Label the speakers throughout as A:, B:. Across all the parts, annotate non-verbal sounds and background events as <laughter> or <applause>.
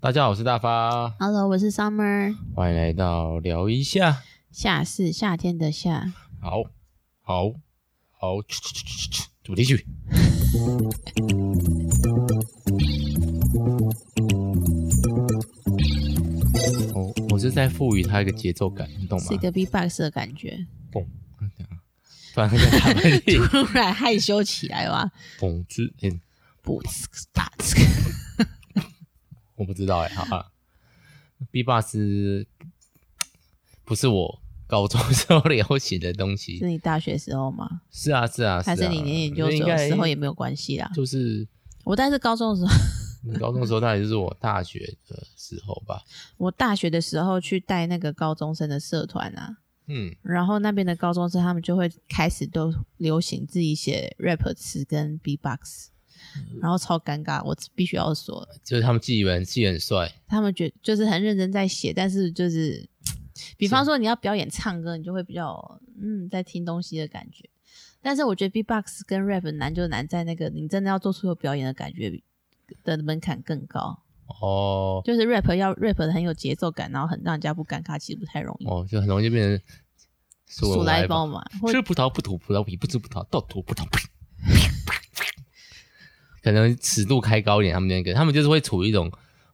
A: 大家好，我是大发，
B: Hello，我是 Summer，
A: 欢迎来到聊一下。
B: 夏是夏天的夏。
A: 好，好，好，去去去去去主题曲。我哦我是在赋予它一个节奏感，你懂吗
B: 是一？个 B-box 的感觉，
A: 嘣，突然间打喷 <laughs> 嚏，
B: 突然害羞起来哇！
A: 嘣之，嗯
B: 不，打
A: 我不知道哎、好啊。B b o s 不是我高中时候流行的东西
B: 是，你大学时候吗？
A: 是啊是啊，
B: 还
A: 是
B: 是
A: 啊
B: 你连研究
A: 应
B: 所
A: 该
B: 的时候也没有关系啦？
A: 就是
B: 我但是高中的时候，
A: 你嗯高中的时候，大概就是我大学的时候吧。
B: 我大学的时候去带那个高中生的社团啊，
A: 嗯，
B: 然后那边的高中生他们就会开始都流行自己写 rap 词跟 B-box，然后超尴尬，我必须要说，
A: 就是他们自以为自己很帅，
B: 他们觉就是很认真在写，但是就是，比方说你要表演唱歌，你就会比较嗯在听东西的感觉。但是我觉得 B-box 跟 rap 难就难在那个你真的要做出有表演的感觉的门槛更高，
A: 哦
B: 就是 rap 要 rap 得很有节奏感，然后很让人家不尴尬，其实不太容易。
A: 哦，就很容易就变成
B: 数
A: 我
B: 来
A: 来
B: 宝
A: 宝，
B: 嘛，或
A: 吃葡萄不吐葡萄皮，不吃葡萄倒吐葡萄皮。 <laughs> 可能尺度开高一点，他们那个，他们就是会处于一种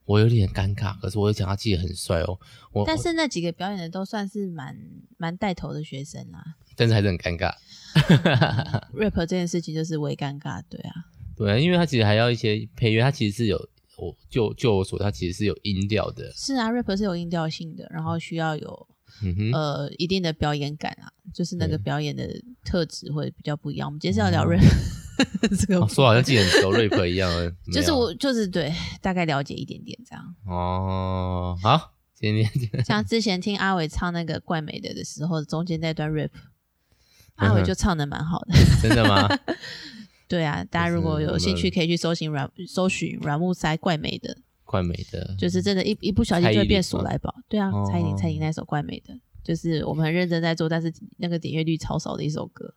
A: 我有点尴尬，可是我又想他自己很帅哦，我
B: 但是那几个表演的都算是蛮蛮带头的学生啦。
A: 但是还是很尴尬。
B: rap 这件事情就是微尴尬，对啊，
A: 对，因为他其实还要一些配乐，他其实是有我就就我所，他其实是有音调的。
B: 是啊，rap 是有音调性的，然后需要有
A: 嗯哼，
B: 呃一定的表演感啊，就是那个
A: 对
B: 表演的特质会比较不一样。我们今天是要聊 rap，、这 <laughs> 个
A: 哦、说好像自己很熟 rap 一样，啊没
B: <laughs> 就是
A: 有
B: 我就是对大概了解一点点这样。
A: 哦，好，今天 <laughs>
B: 像之前听阿伟唱那个怪美的的时候，中间
A: <laughs>
B: 那段
A: 嗯
B: rap，阿伟就唱的蛮好的。
A: 真的
B: <laughs>
A: 吗？
B: 对啊，大家如果有兴
A: 我
B: 趣
A: 们
B: 可以去搜寻软搜寻软木塞怪美的，
A: 怪美的，
B: 就是真的一，一不小心就
A: 蔡依
B: 会
A: 林
B: 变
A: 吗
B: 索来宝。对啊
A: 哦，
B: 蔡依林蔡依林那首怪美的，就是我们很认真在做，但是那个点阅率超少的一首歌。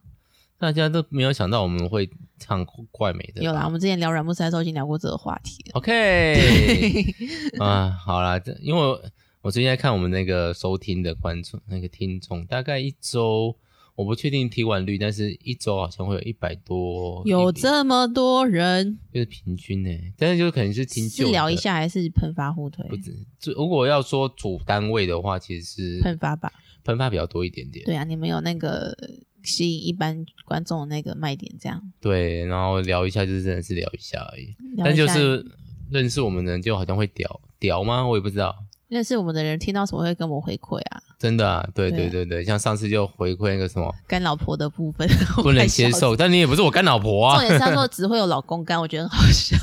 A: 大家都没有想到我们会唱怪美的吧。
B: 有啦，我们之前聊软木塞的时候已经聊过这个话题了。 <laughs>
A: OK，啊，好啦，这因为我我最近在看我们那个收听的观众那个听众，大概一周。我不确定提完率，但是一周好像会有一百多，
B: 有
A: 一比
B: 这么多人
A: 就是平均呢、但是就可能是听
B: 是
A: 旧的
B: 聊一，下还是喷发互推？
A: 不止。就如果要说主单位的话，其实
B: 喷
A: 是
B: 发吧。
A: 喷发比较多一点点。
B: 对啊，你们有那个吸引一般观众的那个卖点，这样
A: 对，然后聊一下就是真的是聊一下而已，
B: 聊
A: 但
B: 一
A: 就
B: 下
A: 是认识我们的人就好像会屌屌吗？我也不知道，
B: 认识我们的人听到什么会跟我回馈啊？
A: 真的啊，对对
B: 对
A: 对
B: 哦
A: 对，像上次就回馈那个什么
B: 干老婆的部分我
A: 不能
B: 快
A: 接
B: 笑死。
A: 受，但你也不是我干老婆
B: 重
A: 啊，
B: 点是他说只会有老公干，我觉得很好笑，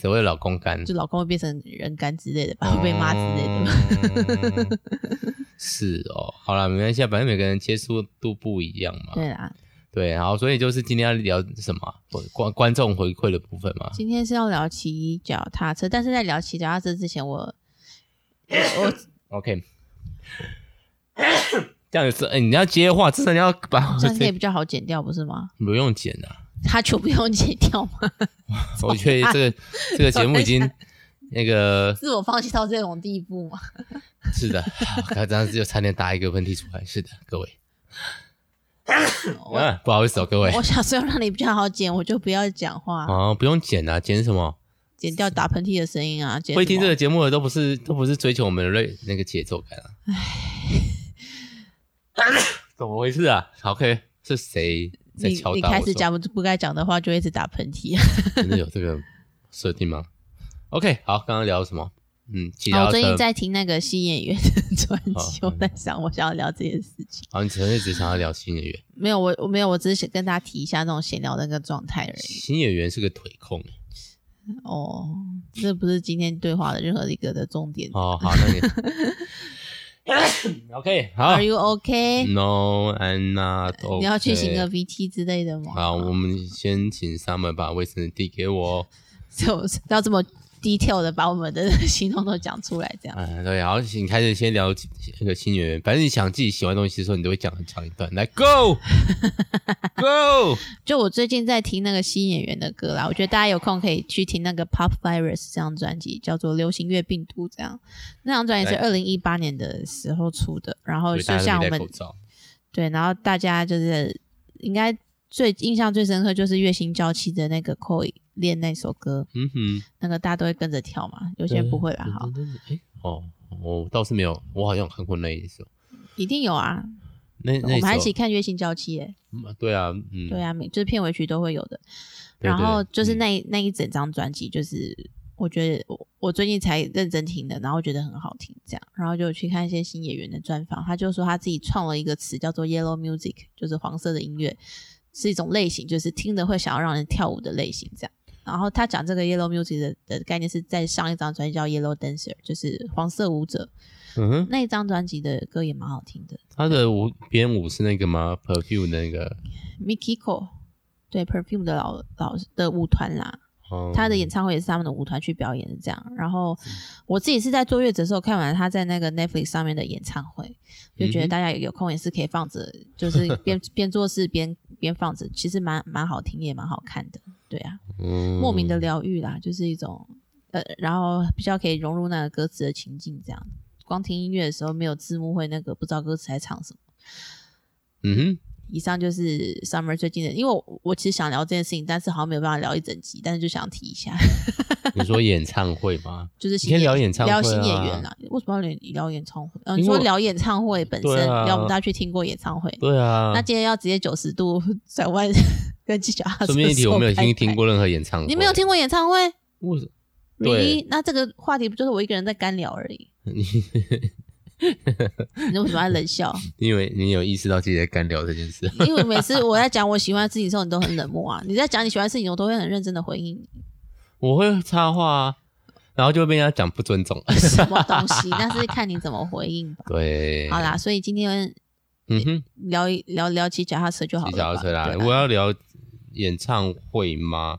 A: 所谓老公干
B: 就老公会变成人干之类的吧，被骂之类
A: 哦
B: 的吧。
A: 的。嗯是哦，好了，没关系啊，反正每个人接触度不一样嘛。
B: 对啦，
A: 对，然后所以就是今天要聊什么啊观观众回馈的部分嘛。
B: 今天是要聊骑脚踏车，但是在聊骑脚踏车之前我，
A: 哦
B: 我我 <coughs>
A: OK，这样子，哎、你要接话，至少你要把
B: 这样可以比较好剪掉，不是吗？
A: 不用剪啊。
B: 他全不用剪掉吗？ <laughs>
A: 我觉得这个这个节目已经那个
B: 自我放弃到这种地步吗？
A: 是的，刚刚就差点打一个喷嚏出来。是的，各
B: <coughs>
A: 位，
B: 我
A: 啊，不好意思哦，各位，
B: 我想说要让你比较好剪，我就不要讲话，
A: 啊，不用剪啊，剪什么？
B: 剪掉打喷嚏的声音啊。剪
A: 会听
B: 什
A: 这
B: 么
A: 个节目的都不是都不是追求我们的那那个节奏感啊。怎么回事啊？OK，是谁在敲
B: 你你
A: 打我
B: 开
A: 说？
B: 始讲不不该讲的话，就一直打
A: <laughs>
B: 喷嚏。啊
A: 真的有这个设定吗？OK，好，刚刚聊什么？嗯，骑
B: 然后
A: 脚踏
B: 我哦最近
A: 车。
B: 在听那个新演员的 <laughs> 专辑，
A: 好
B: 我在想我想要聊这件事情。
A: 好，你纯粹只想要聊新演员。
B: 没有，我我没有，我只是想跟大家提一下那种闲聊的那个状态而已。
A: 新演员是个腿控欸
B: 哦，这不是今天对话的任何一个的重点。
A: 哦，好，
B: <laughs>
A: 那你 OK 好
B: Are you
A: 嗯
B: okay？、
A: No, I'm not. o
B: 你要去行个 VT 之类的吗？ <laughs>
A: 好，我们先请 Summer 把卫生纸递给我。
B: 就要这么 detail 的把我们的 <laughs> 行动都讲出来，这样。
A: 哎，对，好，你开始先聊那个新演员，反正你想自己喜欢的东西的时候，你都会讲很长一段。来，Go
B: <laughs>
A: Go，
B: 就我最近在听那个新演员的歌啦，我觉得大家有空可以去听那个 Pop Virus 这张专辑，叫做《流行乐病毒》这样。那张专辑是二零一八年的时候出的，然后
A: 对
B: 就
A: 大家
B: 像
A: 都没
B: 我
A: 戴
B: 们
A: 口罩，
B: 对，然后大家就是应该最印象最深刻就是月薪娇妻的那个 Koi 练那首歌，
A: 嗯哼，
B: 那个大家都会跟着跳嘛，有
A: 有
B: 些人不会吧？哈，，
A: 哎，哦，我倒是没有，我好像有看过那一首，
B: 一定有啊，
A: 那
B: 我
A: 那
B: 们还一起
A: 首，
B: 看月薪娇妻耶，
A: 嗯对啊，嗯，
B: 对
A: 啊，
B: 啊，每就是片尾曲都会有的。
A: 对
B: 然
A: 对
B: 后就是
A: 嗯
B: 那一、那一整张专辑，就是我觉得我我最近才认真听的，然后觉得很好听，这样，然后就去看一些新演员的专访，他就说他自己创了一个词叫做 “yellow music”，就是黄色的音乐，是一种类型，就是听的会想要让人跳舞的类型，这样。然后他讲这个 yellow music 的的概念是在上一张专辑叫 Yellow Dancer，就是黄色舞者
A: 嗯哼，
B: 那一张专辑的歌也蛮好听的
A: 他的舞编舞是那个吗？Perfume 的那个，
B: ，Mikiko 对 Perfume 的老老的舞团啦，
A: 哦
B: 他的演唱会也是他们的舞团去表演的这样。然后我自己是在坐月子的时候看完他在那个 Netflix 上面的演唱会，就
A: 嗯
B: 觉得
A: 哼
B: 大家有有空也是可以放着，
A: <laughs>
B: 就是边边做事边边放着，其实蛮蛮好听也蛮好看的，对啊，莫
A: 莫
B: 名的疗愈啦，就是一种呃，然后比较可以融入那个歌词的情境这样。光听音乐的时候没有字幕会那个不知道歌词在唱什么。
A: 嗯哼，
B: 以上就是 Summer 最近的，因为我我其实想聊这件事情，但是好像没有办法聊一整集，但是就想提一下。
A: 你说演唱会
B: <laughs>
A: 吗？
B: 就是
A: 你可
B: 新
A: 以聊
B: 演
A: 演唱
B: 聊
A: 会
B: 新演
A: 啊
B: 员啦。为什么要聊聊演唱会？嗯、
A: 因
B: 你
A: 为
B: 说
A: 我
B: 聊演唱会本
A: 对
B: 身，
A: 啊
B: 聊我们大家去听过演唱会。
A: 对啊，
B: 那今天要直接九十度 <laughs> 转弯跟纪晓
A: 顺便一提，我没有听听
B: 过，
A: 过任何演唱会，
B: 你没有？听过演唱会
A: 为什对
B: ？Really？那这个话题不就是我一个人在干聊而
A: <laughs>
B: 已？
A: 你
B: 你为什么要冷笑？
A: 你以为你有意识到自己在干聊这件
B: <laughs>
A: 事？
B: 因为每次我在讲我喜欢的事情的时候，你都很冷漠啊。你在讲你喜欢的事情，我都会很认真的回应你 <laughs>
A: 我会插话啊，然后就被人家讲不尊
B: <laughs>
A: 重。
B: 什么东西，那是看你怎么回应吧。
A: 对，
B: 好，啦，所以今天
A: 嗯哼，
B: 聊一聊聊骑脚踏车就好了
A: 骑
B: 吧。
A: 脚踏车啦
B: 对。啊
A: 我要聊演唱会吗？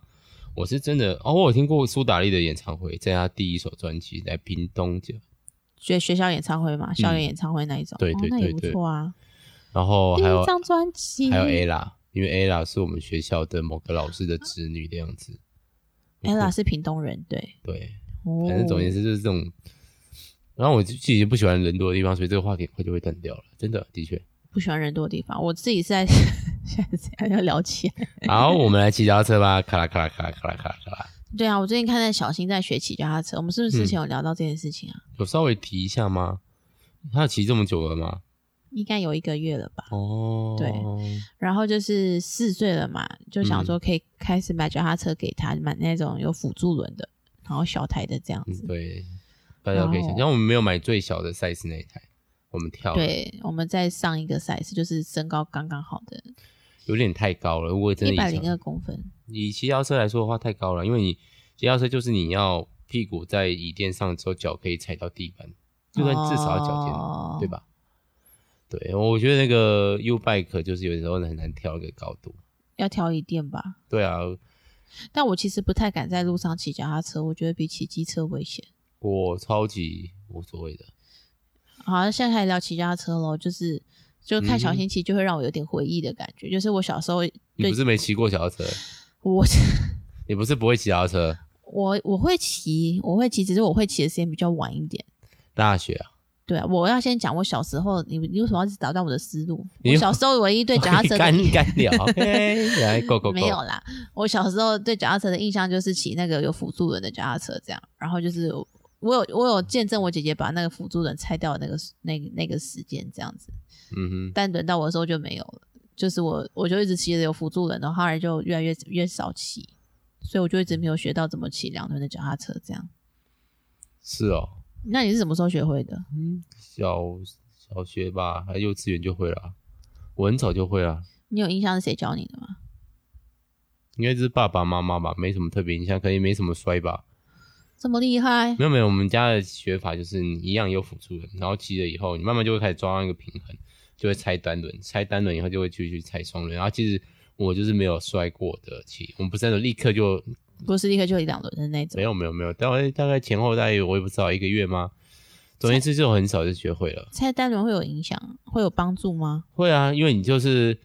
A: 我是真的哦，我有听过苏打绿的演唱会，在他第一首专辑来屏东讲，
B: 学学校演唱会嘛，校园演唱会那一种，
A: 嗯对对
B: 哦、那也
A: 对
B: 不
A: 对
B: 错啊。
A: 然后还
B: 第
A: 有
B: 一张专辑，
A: 还有 ella，因为 ella 是我们学校的某个老师的侄女的样子。
B: ella 是屏东人，对，
A: 对，
B: 哦，
A: 反正总而言之就是这种。然后我自己就不喜欢人多的地方，所以这个话题会就会断掉了。真的，的确。
B: 不喜欢人多的地方，我自己是在 <laughs> 现在这样要聊起来。
A: 好，我们来骑脚踏车吧！咔啦咔啦咔啦咔啦咔啦咔啦，
B: 对啊，我最近看到小新在学骑脚踏车，我们是不是之
A: 嗯
B: 前有聊到这件事情啊？
A: 有稍微提一下吗？他有骑这么久了吗？
B: 应该有一个月了吧？
A: 哦，
B: 对然后就是四岁了嘛，就
A: 嗯
B: 想说可以开始买脚踏车给他，买那种有辅助轮的，然后小台的这样子。
A: 嗯对，大家可以
B: 然
A: 想
B: 后
A: 象，我们没有买最小的赛事那一台，我们跳了
B: 对，我们再上一个赛事，就是身高刚刚好的，
A: 有点太高了。如果真的
B: 一
A: 以
B: 百
A: 前
B: 零二公分。
A: 以骑脚踏车来说的话，太高了，因为你骑脚踏车就是你要屁股在椅垫上之后，脚可以踩到地板，就算至少要脚尖，
B: 哦
A: 对吧？对，我觉得那个 U bike 就是有时候很难调那个高度。
B: 要挑一点吧。
A: 对啊，
B: 但我其实不太敢在路上骑脚踏车，我觉得比骑机车危险。
A: 我超级无所谓的。
B: 好，像现在开始聊骑脚踏车喽，就是就看小
A: 嗯
B: 新骑，就会让我有点回忆的感觉。就是我小时候
A: 你
B: 对
A: 不是没骑过脚踏车，
B: 我 <laughs>
A: 你不是不会骑脚踏车？
B: 我我会骑，我会骑，只是我会骑的时间比较晚一点。
A: 大学啊，
B: 对啊，我要先讲我小时候，你你为什么要一直打断我的思路？
A: 你
B: 我小时候唯一对脚踏车的
A: <laughs> 干干
B: <laughs>
A: 聊，OK，来，Go Go Go，
B: 没有啦，我小时候对脚踏车的印象就是骑那个有辅助轮的脚踏车这样，然后就是我有我有见证我姐姐把那个辅助轮拆掉的那个时那个那个时间这样子，
A: 嗯哼，
B: 但轮到我的时候就没有了，就是我我就一直骑着有辅助轮，然后后来就越来越越少骑，所以我就一直没有学到怎么骑两轮的脚踏车这样。
A: 是哦，
B: 那你是什么时候学会的？
A: 嗯，小小学吧，还幼稚园就会了啊，我很早就会了，啊
B: 你有印象是谁教你的吗？
A: 应该就是爸爸妈妈吧，没什么特别影响，可能也没什么摔吧。
B: 这么厉害，
A: 没有没有，我们家的学法就是你一样有辅助轮，然后骑了以后，你慢慢就会开始抓到一个平衡，就会拆单轮，拆单轮以后就会继续拆双轮，然后其实我就是没有摔过的骑，我们不是那种立刻就
B: 不是立刻就一两轮的那种
A: 没。有没有没有，大概大概前后大概我也不知道一个月吗？总而言之，就很少就学会了。
B: 猜单轮会有影响，会有帮助吗？
A: 会啊，因为你就是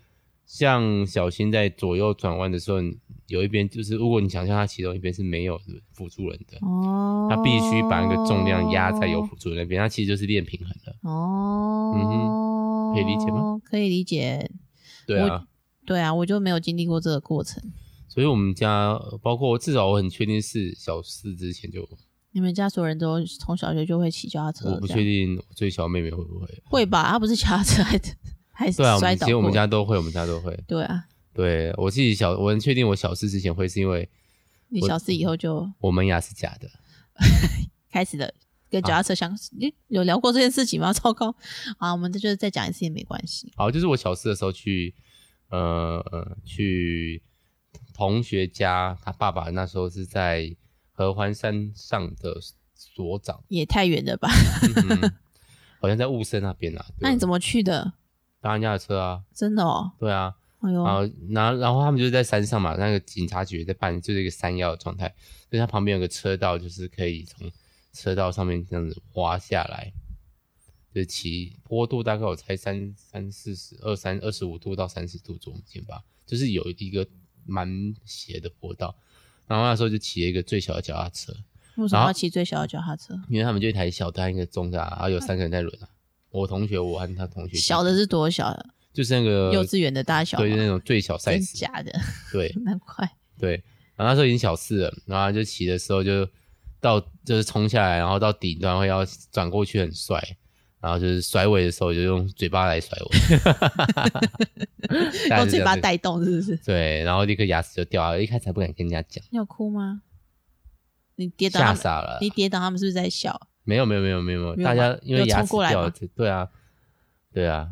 A: 像小新在左右转弯的时候，你有一边就是如果你想象它其中一边是没有辅助人的，
B: 哦，
A: 它必须把那个重量压在有辅助人那边，它其实就是练平衡了。
B: 哦，
A: 可以理解吗？
B: 可以理解。
A: 对啊，
B: 对啊，我就没有经历过这个过程。
A: 所以我们家呃包括我至少我很确定是小四之前就，
B: 你们家所有人都从小学就会骑脚踏车？
A: 我不
B: 这
A: 确
B: 样
A: 定我最小妹妹会不会。
B: 会吧？啊他不是 <laughs> 脚踏车还还
A: 对啊，我
B: 摔
A: 们
B: 倒
A: 其
B: 过
A: 实我们家都会，我们家都会。
B: 对啊，
A: 对我自己小，我很确定我小四之前会，是因为
B: 你
A: 我
B: 小四以后就
A: 我门牙是假的。
B: 开始了跟
A: 啊
B: 脚踏车相，你、有聊过这件事情吗？ <laughs> 糟糕，啊，我们这就是再讲一次也没关系。
A: 好，就是我小四的时候去，呃呃，去同学家，他爸爸那时候是在合欢山上的所长，
B: 也太远了吧？
A: 嗯
B: <laughs>
A: 哼好像在雾社那边啊。
B: 那你怎
A: 么
B: 么去的？
A: 搭人家的车啊？
B: 真的哦，
A: 对啊，
B: 哎呦，
A: 然后然后然后他们就是在山上嘛，那个警察局在办就是一个山腰的状态，所以它旁边有个车道，就是可以从车道上面这样子挖下来，就是骑坡度大概我猜三三四十二三二十五度到三十度中间吧，就是有一个蛮斜的坡道。然后那时候就骑了一个最小的脚踏车，
B: 为什么
A: 然
B: 要
A: 后
B: 骑最小的脚踏车？
A: 因为他们就一台小的和一个中的、啊，然后有三个人在轮啊。我同学，我和他同学，
B: 小的是多小的？
A: 就是那个
B: 幼稚园的大小
A: 对，
B: 吗
A: 就是那种最小
B: 真
A: size，
B: 假的？
A: 对，
B: 难怪
A: 对，然后那时候已经小四了，然后就骑的时候就到就是冲下来，然后到顶端会要转过去很帅，然后就是甩尾的时候就用嘴巴来 <laughs>
B: <laughs>
A: 甩尾，大概是这
B: 用嘴
A: 样
B: 巴
A: 子
B: 带动是不是？
A: 对，然后立刻牙齿就掉了，一开始还不敢跟人家讲，
B: 你有哭吗？你跌倒他
A: 吓
B: 们，
A: 傻了
B: 哎你。跌倒他们是不是在笑？
A: 没有没有没有没有没有，
B: 没有
A: 大
B: 吗
A: 家因
B: 有
A: 为
B: 冲
A: 牙齿
B: 过来
A: 掉
B: 吗
A: 了，对啊对啊，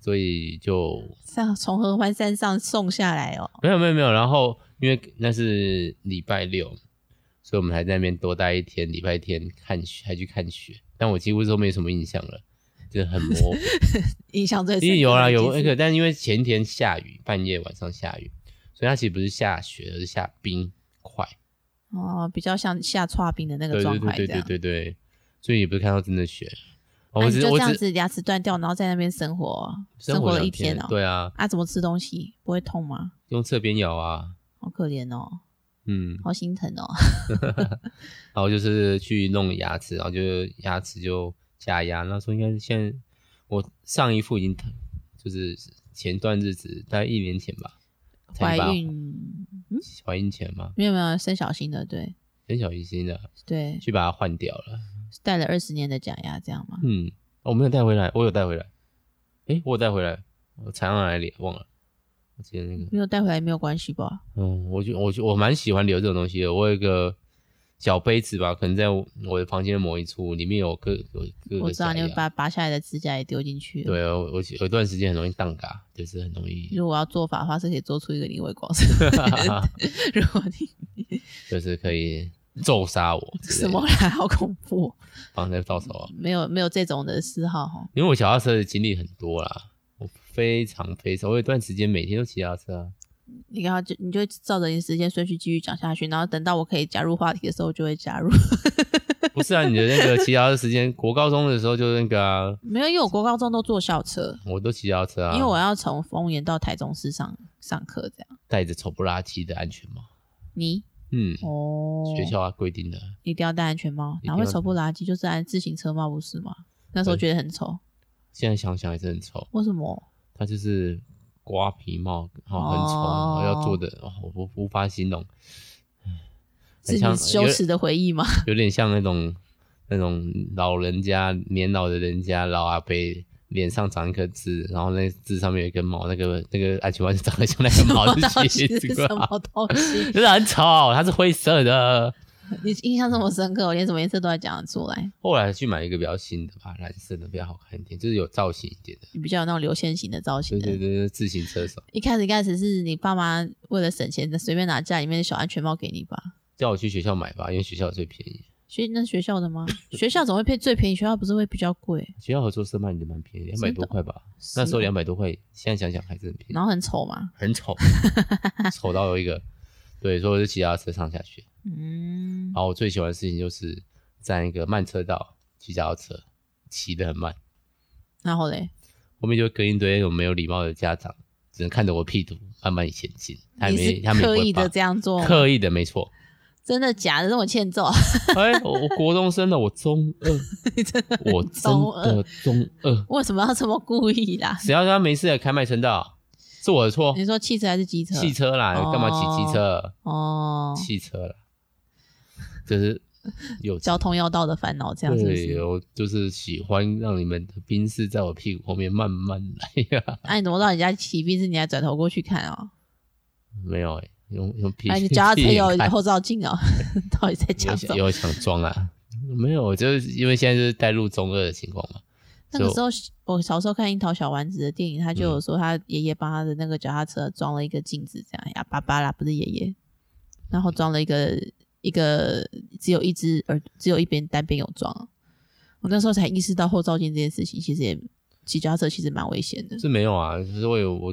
A: 所以就
B: 上从合欢山上送下来哦，
A: 没有没有没有，然后因为那是礼拜六，所以我们还在那边多待一天，礼拜天看雪还去看雪，但我几乎都没什么印象了，就很模糊。
B: <laughs> 印象最深刻
A: 因
B: 的
A: 为有啦有那
B: 一件
A: 个，
B: 事
A: 但因为前一天下雨，半夜晚上下雨，所以它其实不是下雪，而是下冰块。
B: 哦，比较像下刨冰的那个
A: 对
B: 状
A: 对对
B: 态这
A: 对对
B: 样。
A: 对对，所以也不是看到真的雪。
B: 啊
A: 我
B: 你
A: 只
B: 就
A: 我
B: 这样
A: 只
B: 子牙齿断掉，然后在那边生活，
A: 生
B: 活了
A: 两
B: 一天哦。
A: 对啊，
B: 啊，怎么吃东西不会痛吗？
A: 用侧边咬啊，
B: 好可怜哦，
A: 嗯，
B: 好心疼
A: <laughs>
B: 哦。
A: 然后就是去弄牙齿，然后就牙齿就假牙。那时候应该是现在我上一副已经疼就是前段日子大概一年前吧，
B: 怀
A: 才把
B: 孕
A: 怀孕前嘛，
B: 没有没有生小心的，对
A: 很小一心的
B: 对，
A: 去把它换掉了。
B: 戴了二十年的假牙这样吗？
A: 嗯，我没有带回来，我有带回来，诶，我有带回来，我藏到哪里忘了。我记得那个，
B: 没有带回来没有关系吧？
A: 嗯，我就我就我蛮喜欢留这种东西的。我有一个小杯子吧，可能在我我的房间的某一处，里面有各有各个
B: 我知道
A: 假
B: 你
A: 牙
B: 会把拔下来的指甲也丢进去。，
A: 对，我我有一段时间很容易荡嘎，就是很容易，
B: <laughs> 如果我要做法的话，是可以做出一个林伟光生。 <laughs> 如果你
A: <laughs> 就是可以咒杀我之类
B: 什
A: 的
B: 么啦，好恐怖，哦
A: 放在到手啊。
B: 没有没有这种的嗜好哈。
A: 因为我脚踏车的经历很多啦，我非常非常，我有一段时间每天都骑脚踏车啊。
B: 你然后就你就照着你的时间顺序继续讲下去，然后等到我可以加入话题的时候，我就会加入。 <laughs>
A: 不是啊，你的那个骑脚踏车时间，国高中的时候就那个啊，
B: 没有，因为我国高中都坐校车，
A: 我都骑脚踏车啊，
B: <laughs> 因为我要从丰原到台中市上上课这样。
A: 戴着丑不拉几的安全帽，
B: 你
A: 嗯，
B: 哦，
A: 学校啊规定的，
B: 一定要戴安全帽，
A: 一定
B: 哪
A: 要
B: 会丑不拉几？就是安自行车帽不是吗？那时候觉得很丑，
A: 现在想想还是很丑，
B: 为什么？
A: 它就是瓜皮帽，哦，很丑，
B: 哦
A: 然后要做的，哦我不无法形容，
B: 是
A: 很
B: 你
A: 像
B: 羞耻的回忆吗？
A: 有点像那种那种老人家年老的人家老阿伯脸上长一颗痣，然后那痣上面有一根毛，那个那个安全帽就长得像那个毛
B: <laughs> 什么东
A: 的
B: 西
A: 形
B: 是什
A: 状，
B: 么东西？ <laughs>
A: 真的很丑，它是灰色的。
B: 你印象这么深刻，我连什么颜色都要讲得出来。
A: 后来去买一个比较新的吧，蓝色的比较好看一点，就是有造型一点的。
B: 你比较有那种流线型的造型
A: 对
B: 的。
A: 对对，对自行车手
B: 一开始一开始是你爸妈为了省钱，随便拿家里面的小安全帽给你吧。
A: 叫我去学校买吧，因为学校最便宜，
B: 学那学校的吗？学校总会配最便宜，学校不是会比较贵？
A: 学校合作社卖的蛮便宜，两
B: 真
A: 百
B: 的哦
A: 多块吧。那时候
B: 是
A: 两百多块，现在想想还是很便宜
B: <laughs> 然，后很丑嘛，
A: 很丑，丑到有一个。对，所以我就骑脚踏车上下学。
B: 嗯
A: 然，后我最喜欢的事情就是在那个慢车道骑脚踏车，骑得很慢，
B: 然后嘞，
A: 后面就跟一堆那种没有礼貌的家长，只能看着我屁股慢慢前进。他也
B: 你
A: 没，
B: 是
A: 他们也不
B: 刻
A: 会
B: 意的
A: 罚
B: 这样做吗，
A: 刻意的没错。
B: 真的假的？让我欠揍，啊
A: 哎，我我国中生了，我中二，
B: 你 <laughs> 真的
A: 我真的中二。
B: <laughs> 为什么要这么故意啦？
A: 只要他没事来开麦车道，是我的错
B: 你。说汽车还是机车？
A: 哦汽车啦，
B: 哦
A: 干嘛骑机车？
B: 哦，
A: 汽车啦，就是有
B: 交通要道的烦恼，这样是不
A: 对，
B: 是？
A: 我就是喜欢让你们的冰室在我屁股后面慢慢来呀、 <laughs>
B: 那、哎你怎么到人家骑兵是你还转头过去看哦？
A: 没有哎、用用屁，
B: 哎，你脚踏车
A: 屁眼
B: 有
A: 看
B: 后照镜哦？ <laughs> 到底在讲
A: 有
B: 什
A: 想
B: 么？
A: 有想装啊？没有，就是因为现在就是带入中二的情况嘛。
B: 那个
A: 就
B: 时候我小时候看《樱桃小丸子》的电影，他就
A: 嗯
B: 有说他爷爷帮他的那个脚踏车装了一个镜子，这样呀，爸爸啦，不是爷爷，然后装了一个一个只有一只耳，只有一边单边有装。哦我那时候才意识到后照镜这件事情，其实也骑脚踏车其实蛮危险的。
A: 是没有啊，就是我有我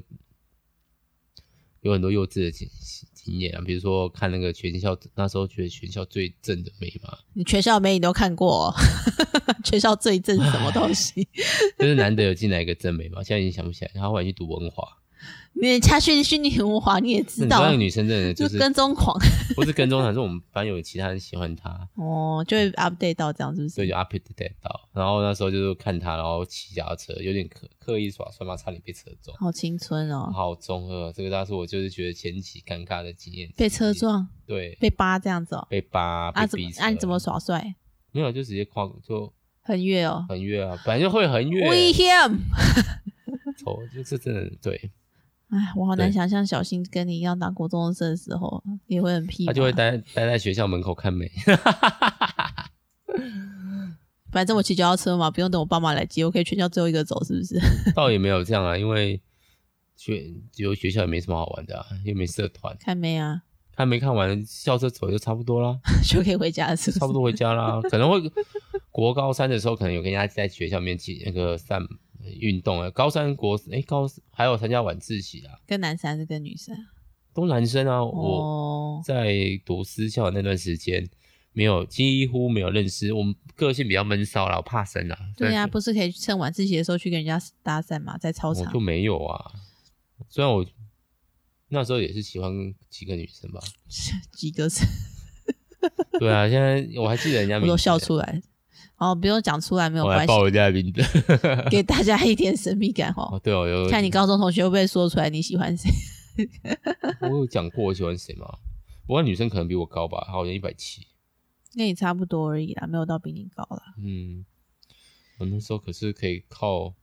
A: 有很多幼稚的经经验啊，比如说看那个全校，那时候觉得全校最正的美嘛，
B: 你全校美女都看过、哦， <laughs> 全校最正是什么东西？
A: 就是难得有进来一个正美嘛，现在已经想不起来，他后来去读文华，
B: 你家训虚拟文华你也
A: 那
B: 知
A: 你知道那
B: 道
A: 个，女生真的
B: 就
A: 就是
B: 跟踪狂
A: 不是跟踪她，是我们班有其他人喜欢她，
B: <laughs> 哦，就会 update 到这样是不
A: 所以
B: 是？
A: 就 up to date 到，然后那时候就是看她，然后骑脚踏车，有点刻刻意耍帅嘛，差点被车撞，
B: 好青春哦，
A: 好中二，这个当时我就是觉得前期尴尬的经验，
B: 被车，撞，
A: 对，
B: 被扒这样子哦。
A: 被扒，
B: 啊
A: 嗯被
B: 怎么
A: 逼？车
B: 啊你怎么耍帅？
A: 没有，就直接跨过就。
B: 很越哦
A: 横越啊，本来就会横越，
B: ，We him。
A: 头就是真的对，
B: 哎，我好难
A: 对
B: 想象小新跟你一样当国中生的时候也会很屁吧。
A: 他就会待待在学校门口看美，
B: 反正我骑脚踏车嘛，不用等我爸妈来接，我可以全校最后一个走，是
A: <laughs>
B: 不是？
A: 倒也没有这样啊，因为学有学校也没什么好玩的啊，又没社团，
B: 看没啊， <laughs>
A: 看没看完校车走就差不多啦，
B: 就可以回家了，是不是？
A: 差不多回家
B: <laughs>
A: 啦，可能会国高三的时候可能有跟人家在学校里面去那个散呃运动啊，高三国哎、高还有参加晚自习啊，
B: 跟男生还是跟女生啊？
A: 都男生啊，我。
B: 哦，
A: 在读私校那段时间，没有几乎没有认识，我们个性比较闷骚啦，我怕生啊。
B: 对呀、
A: 呀、
B: 不是可以趁晚自习的时候去跟人家搭讪嘛，在操
A: 我
B: 场
A: 就。没有啊。虽然我那时候也是喜欢几个女生吧，
B: <laughs> 几个字 <laughs>
A: 对啊，现在我还记得人家
B: 我
A: 名字，
B: 都笑出来。哦，不用讲出来没有
A: 我还
B: 关系，
A: 报人家的名
B: <laughs>
A: 字。
B: 给大家一点神
A: <laughs>
B: 秘感
A: 哦
B: 哦。，
A: 对哦，有
B: 看你高中同学会不会说出来你喜欢谁？
A: 我有讲过我喜欢谁吗？不过女生可能比我高吧，她好像一百七。
B: 那也差不多而已啦，没有到比你高啦。
A: 嗯，我那时候可是可以靠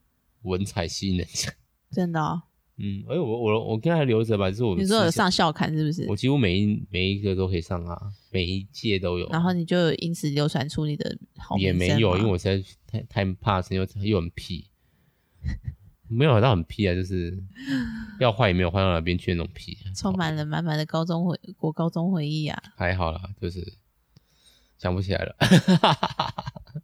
A: 文采吸引人家。
B: 真的哦。
A: 嗯，哎、我我我跟他还留着吧，就是我们
B: 你说有
A: 私下
B: 上校刊是不是
A: 我？几乎每一每一个都可以上啊，每一届都有。
B: 然后你就有因此流传出你的好
A: 也
B: 名
A: 没
B: 声
A: 有，
B: 吗
A: 因为我实在太太怕生，又又很屁， <laughs> 没有到很屁啊，就是要坏也没有坏到哪边去那种屁，
B: 充满了满满的高中回国高中回忆啊。
A: 还好啦，就是想不起来了。 <laughs>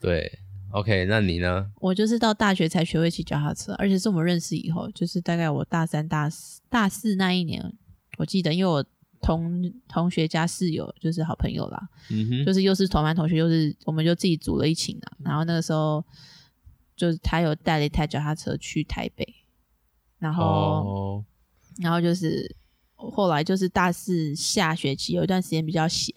A: 对，OK，那你呢？
B: 我就是到大学才学会骑脚踏车，而且是我们认识以后，就是大概我大三、大四、大四那一年，我记得，因为我同同学加室友就是好朋友啦，
A: 嗯哼，
B: 就是又是同班同学，又是我们就自己组了一群啊。然后那个时候，就是他有带了一台脚踏车去台北，然后、
A: 哦，
B: 然后就是后来就是大四下学期有一段时间比较闲，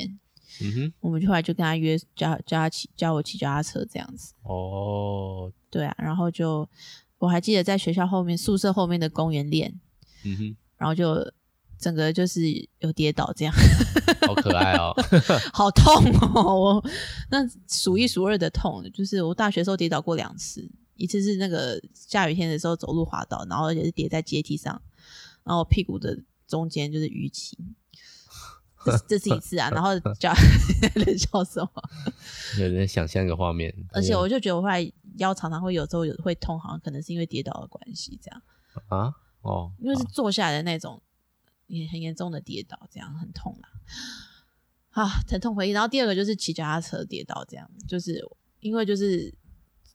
A: 嗯哼，
B: 我们就后来就跟他约教教他骑教我骑脚踏车这样子。
A: 哦，
B: 对啊，然后就我还记得在学校后面宿舍后面的公园练，
A: 嗯哼，
B: 然后就整个就是有跌倒这样，
A: <laughs> 好可爱哦，
B: 好痛哦！我那数一数二的痛，就是我大学时候跌倒过两次，一次是那个下雨天的时候走路滑倒，然后也是跌在阶梯上，然后我屁股的中间就是淤青。这是这是一次啊，然后 <laughs> 脚在笑什么？
A: 有人想象一个画面，
B: 而且我就觉得我后来腰常常会有时候有会痛，好像可能是因为跌倒的关系，这样。
A: 啊，哦，
B: 因为是坐下来的那种，也很严重的跌倒，这样很痛啦。啊，疼痛回忆。然后第二个就是骑脚踏车跌倒，这样就是因为就是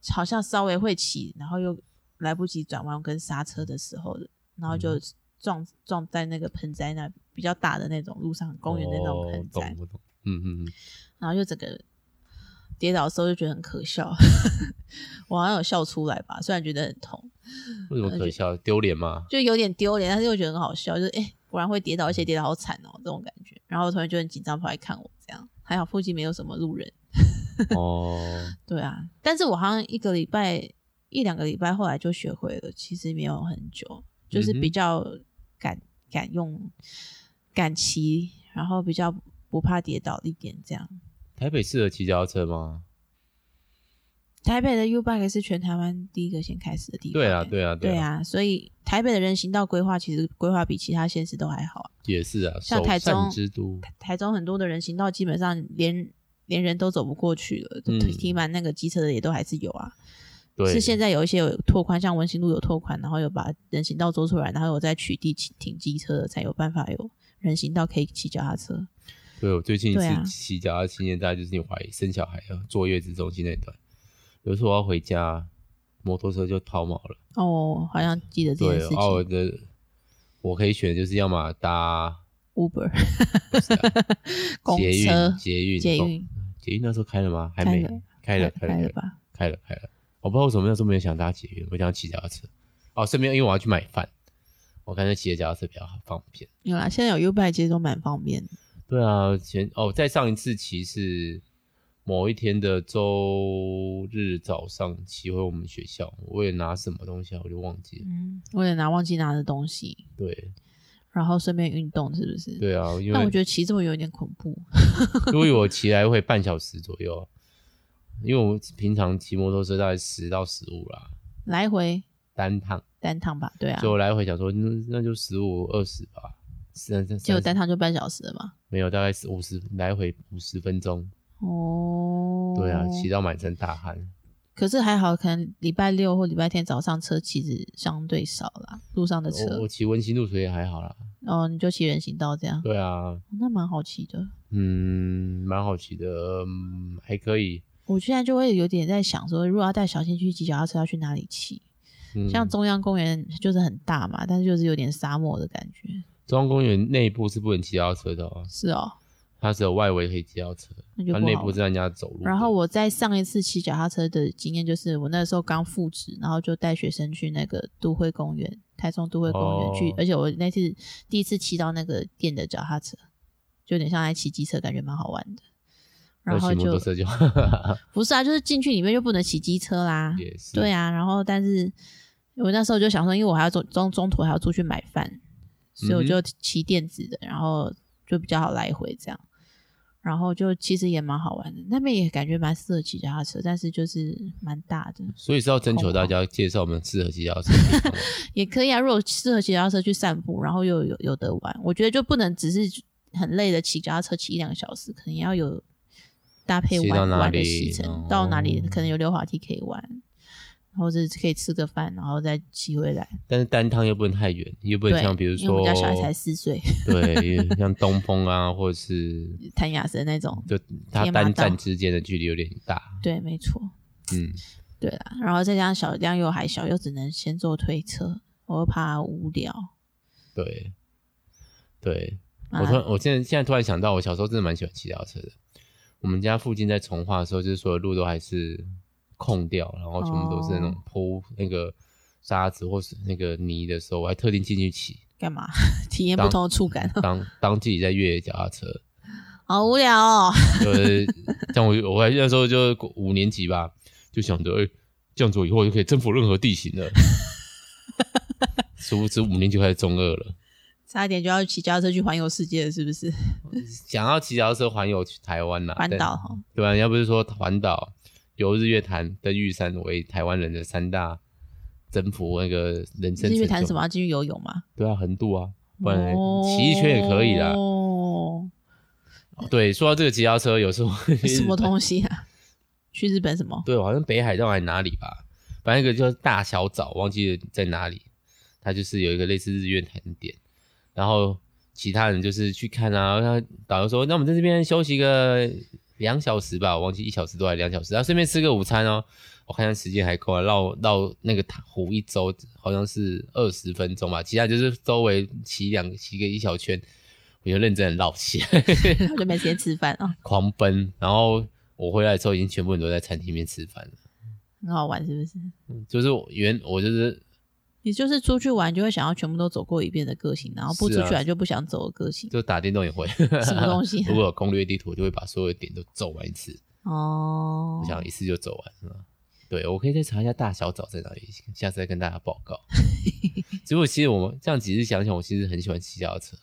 B: 好像稍微会骑，然后又
A: 嗯
B: 来不及转弯跟刹车的时候，然后就撞撞在那个盆栽那比较大的那种路上公园的那种
A: 哦
B: 盆栽
A: 懂，不懂？嗯嗯嗯，
B: 然后就整个跌倒的时候就觉得很可笑， <laughs> 我好像有笑出来吧，虽然觉得很痛，
A: 为什么可笑？丢脸吗？
B: 就有点丢脸，但是又觉得很好笑，就是哎、诶果然会跌倒，而且跌倒好惨哦，这种感觉。然后同学就很紧张跑来看我，这样还好附近没有什么路人。嗯
A: 哦，
B: 对啊，但是我好像一个礼拜一两个礼拜后来就学会了，其实没有很久，就是
A: 嗯
B: 比
A: 哼
B: 较敢、敢用敢骑，然后比较不怕跌倒一点这样。
A: 台北适合骑脚踏车吗？
B: 台北的 U Bike 是全台湾第一个先开始的地方、
A: 对啊，
B: 欸
A: 对啊，
B: 对
A: 啊，
B: 啊，所以台北的人行道规划其实规划比其他县市都还好啊、
A: 也是啊，
B: 像
A: 首
B: 台中
A: 善之都，
B: 台台中很多的人行道基本上连连人都走不过去了，
A: 嗯
B: 提满那个机车的也都还是有啊。
A: 对，
B: 是现在有一些有拓宽，像文心路有拓宽，然后有把人行道做出来，然后有在取缔停停机车的，才有办法有人行道可以骑脚踏车。
A: 对我最近一
B: 对啊
A: 次骑脚踏青年大概就是你怀生小孩了，坐月子中心那段。有时候我要回家，摩托车就抛锚了。
B: 哦，好哦像记得这件
A: 对
B: 事，情。
A: 啊，我的我可以选的就是要么搭
B: Uber
A: 哦不
B: <laughs>
A: 是啊
B: 公
A: 捷
B: 车
A: 运、捷运、
B: 捷
A: 公
B: 运
A: 捷运那时候开了吗？还
B: 开
A: 没
B: 了，
A: 开了，开了，
B: 开开
A: 开
B: 了
A: 了，
B: 吧？
A: 开了，开了。我不知道为什么那时候没有想搭捷运，我想骑脚踏车。哦，顺便因为我要去买饭，我感觉骑着脚踏车比较好方便。
B: 有啦，现在有 U Bike 其实都蛮方便的。
A: 对啊，前哦，再上一次骑是某一天的周日早上骑回我们学校，我也拿什么东西啊，我就忘记了。
B: 嗯，我也拿忘记拿的东西，
A: 对
B: 然后顺便运动，是不是？。
A: 对啊，因
B: 但
A: 为
B: 我觉得骑这么远有点恐怖。
A: 如果我骑来会半小时左右，因为我平常骑摩托车大概十到十五啦，
B: 来回
A: 单趟，
B: 单趟吧，对啊
A: 所以，我来回想说，嗯那就十五二十吧，三三
B: 结果
A: 三
B: 单趟就半小时了嘛。
A: 没有，大概五十来回五十分钟。
B: 哦，
A: 对啊，骑到满身大汗。
B: 可是还好，可能礼拜六或礼拜天早上车其实相对少啦，路上的
A: 我
B: 车
A: 我，骑温馨路所以还好啦。
B: 哦，你就骑人行道这样，
A: 对啊，
B: 那蛮好骑的。
A: 嗯，蛮好奇的，嗯，还可以。
B: 我现在就会有点在想说，如果要带小新去骑脚踏车，要去哪里骑？
A: 嗯，
B: 像
A: 中
B: 中央公园就是很大嘛，但是就是有点沙漠的感觉。
A: 央公园内部是不能骑脚踏车的哦，
B: 是哦，它
A: 它只有外围可以骑脚踏车，
B: 那就
A: 它
B: 不
A: 内
B: 好
A: 部
B: 玩。
A: 是让人家走路的。
B: 然后我在上一次骑脚踏车的经验就是，我那时候刚复职，然后就带学生去那个都会公园，台中都会公园去，
A: 哦
B: 而且我那次第一次骑到那个电的脚踏车，就有点像在骑机车，感觉蛮好玩的。然
A: 要
B: 后
A: 骑摩
B: 就
A: 托车就
B: <laughs> 不是啊，就是进去里面就不能骑机车啦，
A: 也是
B: 对啊。然后但是我那时候就想说，因为我还要中中中途还要出去买饭，所以我
A: 嗯哼
B: 就骑电子的，然后就比较好来回这样。然后就其实也蛮好玩的，那边也感觉蛮适合骑脚踏车，但是就是蛮大的，
A: 所以是要征求大家介绍我们适合骑脚踏车的地
B: <laughs>
A: 方
B: 也可以啊。如果适合骑脚踏车去散步，然后又有有得玩，我觉得就不能只是很累的骑脚踏车骑一两个小时，可能要有搭配
A: 骑到
B: 玩
A: 哪
B: 玩的
A: 里
B: 行程
A: 哦，
B: 到哪里可能有溜滑梯可以玩，或者是可以吃个饭，然后再骑回来。
A: 但是单趟又不能太远，又不能
B: 对，
A: 像比如
B: 因为我
A: 说
B: 们家小孩才 <laughs> 四岁，
A: 对，因为像东风啊，或者是
B: 弹雅神那种，
A: 就它
B: 天马
A: 单站
B: 道
A: 之间的距离有点大，
B: 对，没错。
A: 嗯，
B: 对啦，然后再加上小亮又还小，又只能先坐推车，我又怕无聊。
A: 对，对，
B: 啊
A: 我突然，我现在现在突然想到，我小时候真的蛮喜欢骑脚踏车的。我们家附近在从化的时候，就是所有路都还是空掉，然后全部都是那种铺那个沙子或是那个泥的时候，我还特地进去骑，
B: 干嘛？ <laughs> 体验不同的触感，
A: 当当自己在越野脚踏车，
B: 好无聊哦。
A: 就是像我我还那时候就五年级吧，就想着哎、这样做以后我就可以征服任何地形了。殊不知五年级开始中二了，
B: 差一点就要骑脚踏车去环游世界了，是不是？
A: 想要骑脚踏车环游台湾呐、
B: 环
A: 但
B: 岛哈，
A: 对啊，要不是说环岛、游日月潭、登玉山为台湾人的三大征服那个人生
B: 日月
A: 成
B: 潭
A: 就
B: 什么？要进去游泳吗？
A: 对啊，横渡啊，不然
B: 哦
A: 骑一圈也可以啦。
B: 哦，
A: 对，说到这个骑脚踏车，有时候
B: 什么东西啊？去日本什么？ <laughs>
A: 对，好像北海道还哪里吧，反正一个叫大小沼，忘记了在哪里。它就是有一个类似日月潭的点，然后其他人就是去看啊。然后导游说：“那我们在这边休息个两小时吧，我忘记一小时多还是两小时，然后顺便吃个午餐哦。”我看一下时间还够啊，绕绕那个塔湖一周好像是二十分钟吧，其他就是周围骑两骑个一小圈。我就认真的绕起来， <laughs>
B: 我就没时间吃饭啊、
A: 狂奔。然后我回来的时候，已经全部人都在餐厅里面吃饭了。
B: 很好玩是不是？
A: 就是我原我就是
B: 你就是出去玩就会想要全部都走过一遍的个性，然后不出
A: 是啊
B: 去玩就不想走的个性。
A: 就打电动也会
B: 什
A: 什
B: 么东西啊
A: <laughs> 如果有攻略地图，我就会把所有点都走完一次，
B: 哦
A: 我，想一次就走完了。对，我可以再查一下大小枣在哪里，下次再跟大家报
B: <laughs>
A: 告。只不过其实我们这样几日想想，我其实很喜欢骑脚踏车，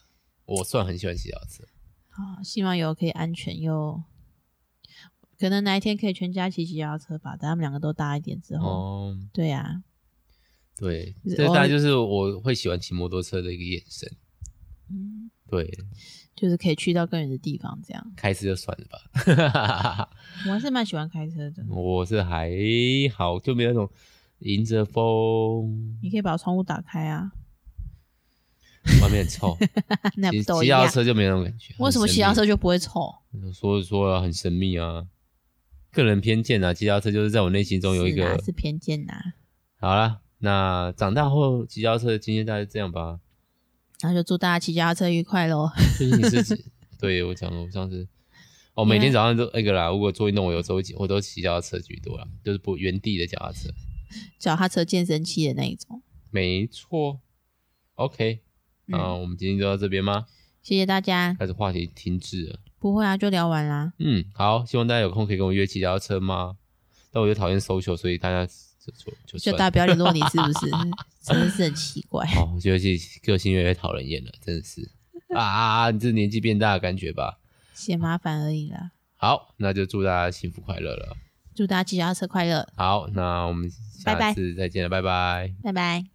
A: 我算很喜欢骑脚踏车。
B: 好，希望以后可以安全又，可能哪一天可以全家骑骑脚踏车吧。等他们两个都大一点之后，
A: 哦，
B: 对啊呀、
A: 对，
B: 就是
A: 这
B: 哦
A: 大概就是我会喜欢骑摩托车的一个眼神。
B: 嗯，
A: 对，
B: 就是可以去到更远的地方这样。
A: 开车就算了吧。 <laughs>
B: 我还是蛮喜欢开车的，
A: 我是还好，就没有那种迎着风，
B: 你可以把窗户打开啊， <laughs>
A: 外面很臭。
B: 那
A: 骑
B: 不都一
A: 骑脚
B: 样
A: 踏？车就没有那种感觉。
B: 为什么骑脚踏车就不会臭？
A: 车？说说啊，很神秘啊，个人偏见啊，骑脚踏车就是在我内心中有一
B: 是
A: 个
B: 啊是偏见呐、
A: 好啦，那长大后骑脚踏车的经验大概是这样吧。
B: 然后就祝大家骑脚踏车愉快喽。
A: 最近你是指对我讲了，我上次哦，每天早上都那个啦，如果做运动，我有时候会骑我都骑脚踏车居多啦，就是不原地的脚踏车。
B: <laughs> 脚踏车健身器的那一种。没
A: 错，OK，那、
B: 嗯，
A: 我们今天就到这边吗？
B: 谢谢大家。
A: 还是话题停滞了？
B: 不会啊，就聊完啦。
A: 嗯，好，希望大家有空可以跟我约骑脚踏车吗？但我就讨厌 social，所以大家就就就
B: 就
A: 算
B: 大家
A: 了。
B: 不要联络你，是不
A: <laughs>
B: 是？真的是很奇怪。 <laughs>
A: 好，我觉得自己个性越来越讨人厌了，真的是啊啊啊！你这年纪变大的感觉吧。
B: 嫌麻烦而已啦。
A: 好，那就祝大家幸福快乐了。
B: 祝大家骑脚踏车快乐，
A: 好，那我们
B: 拜拜
A: 下次再见了，拜拜
B: 拜拜。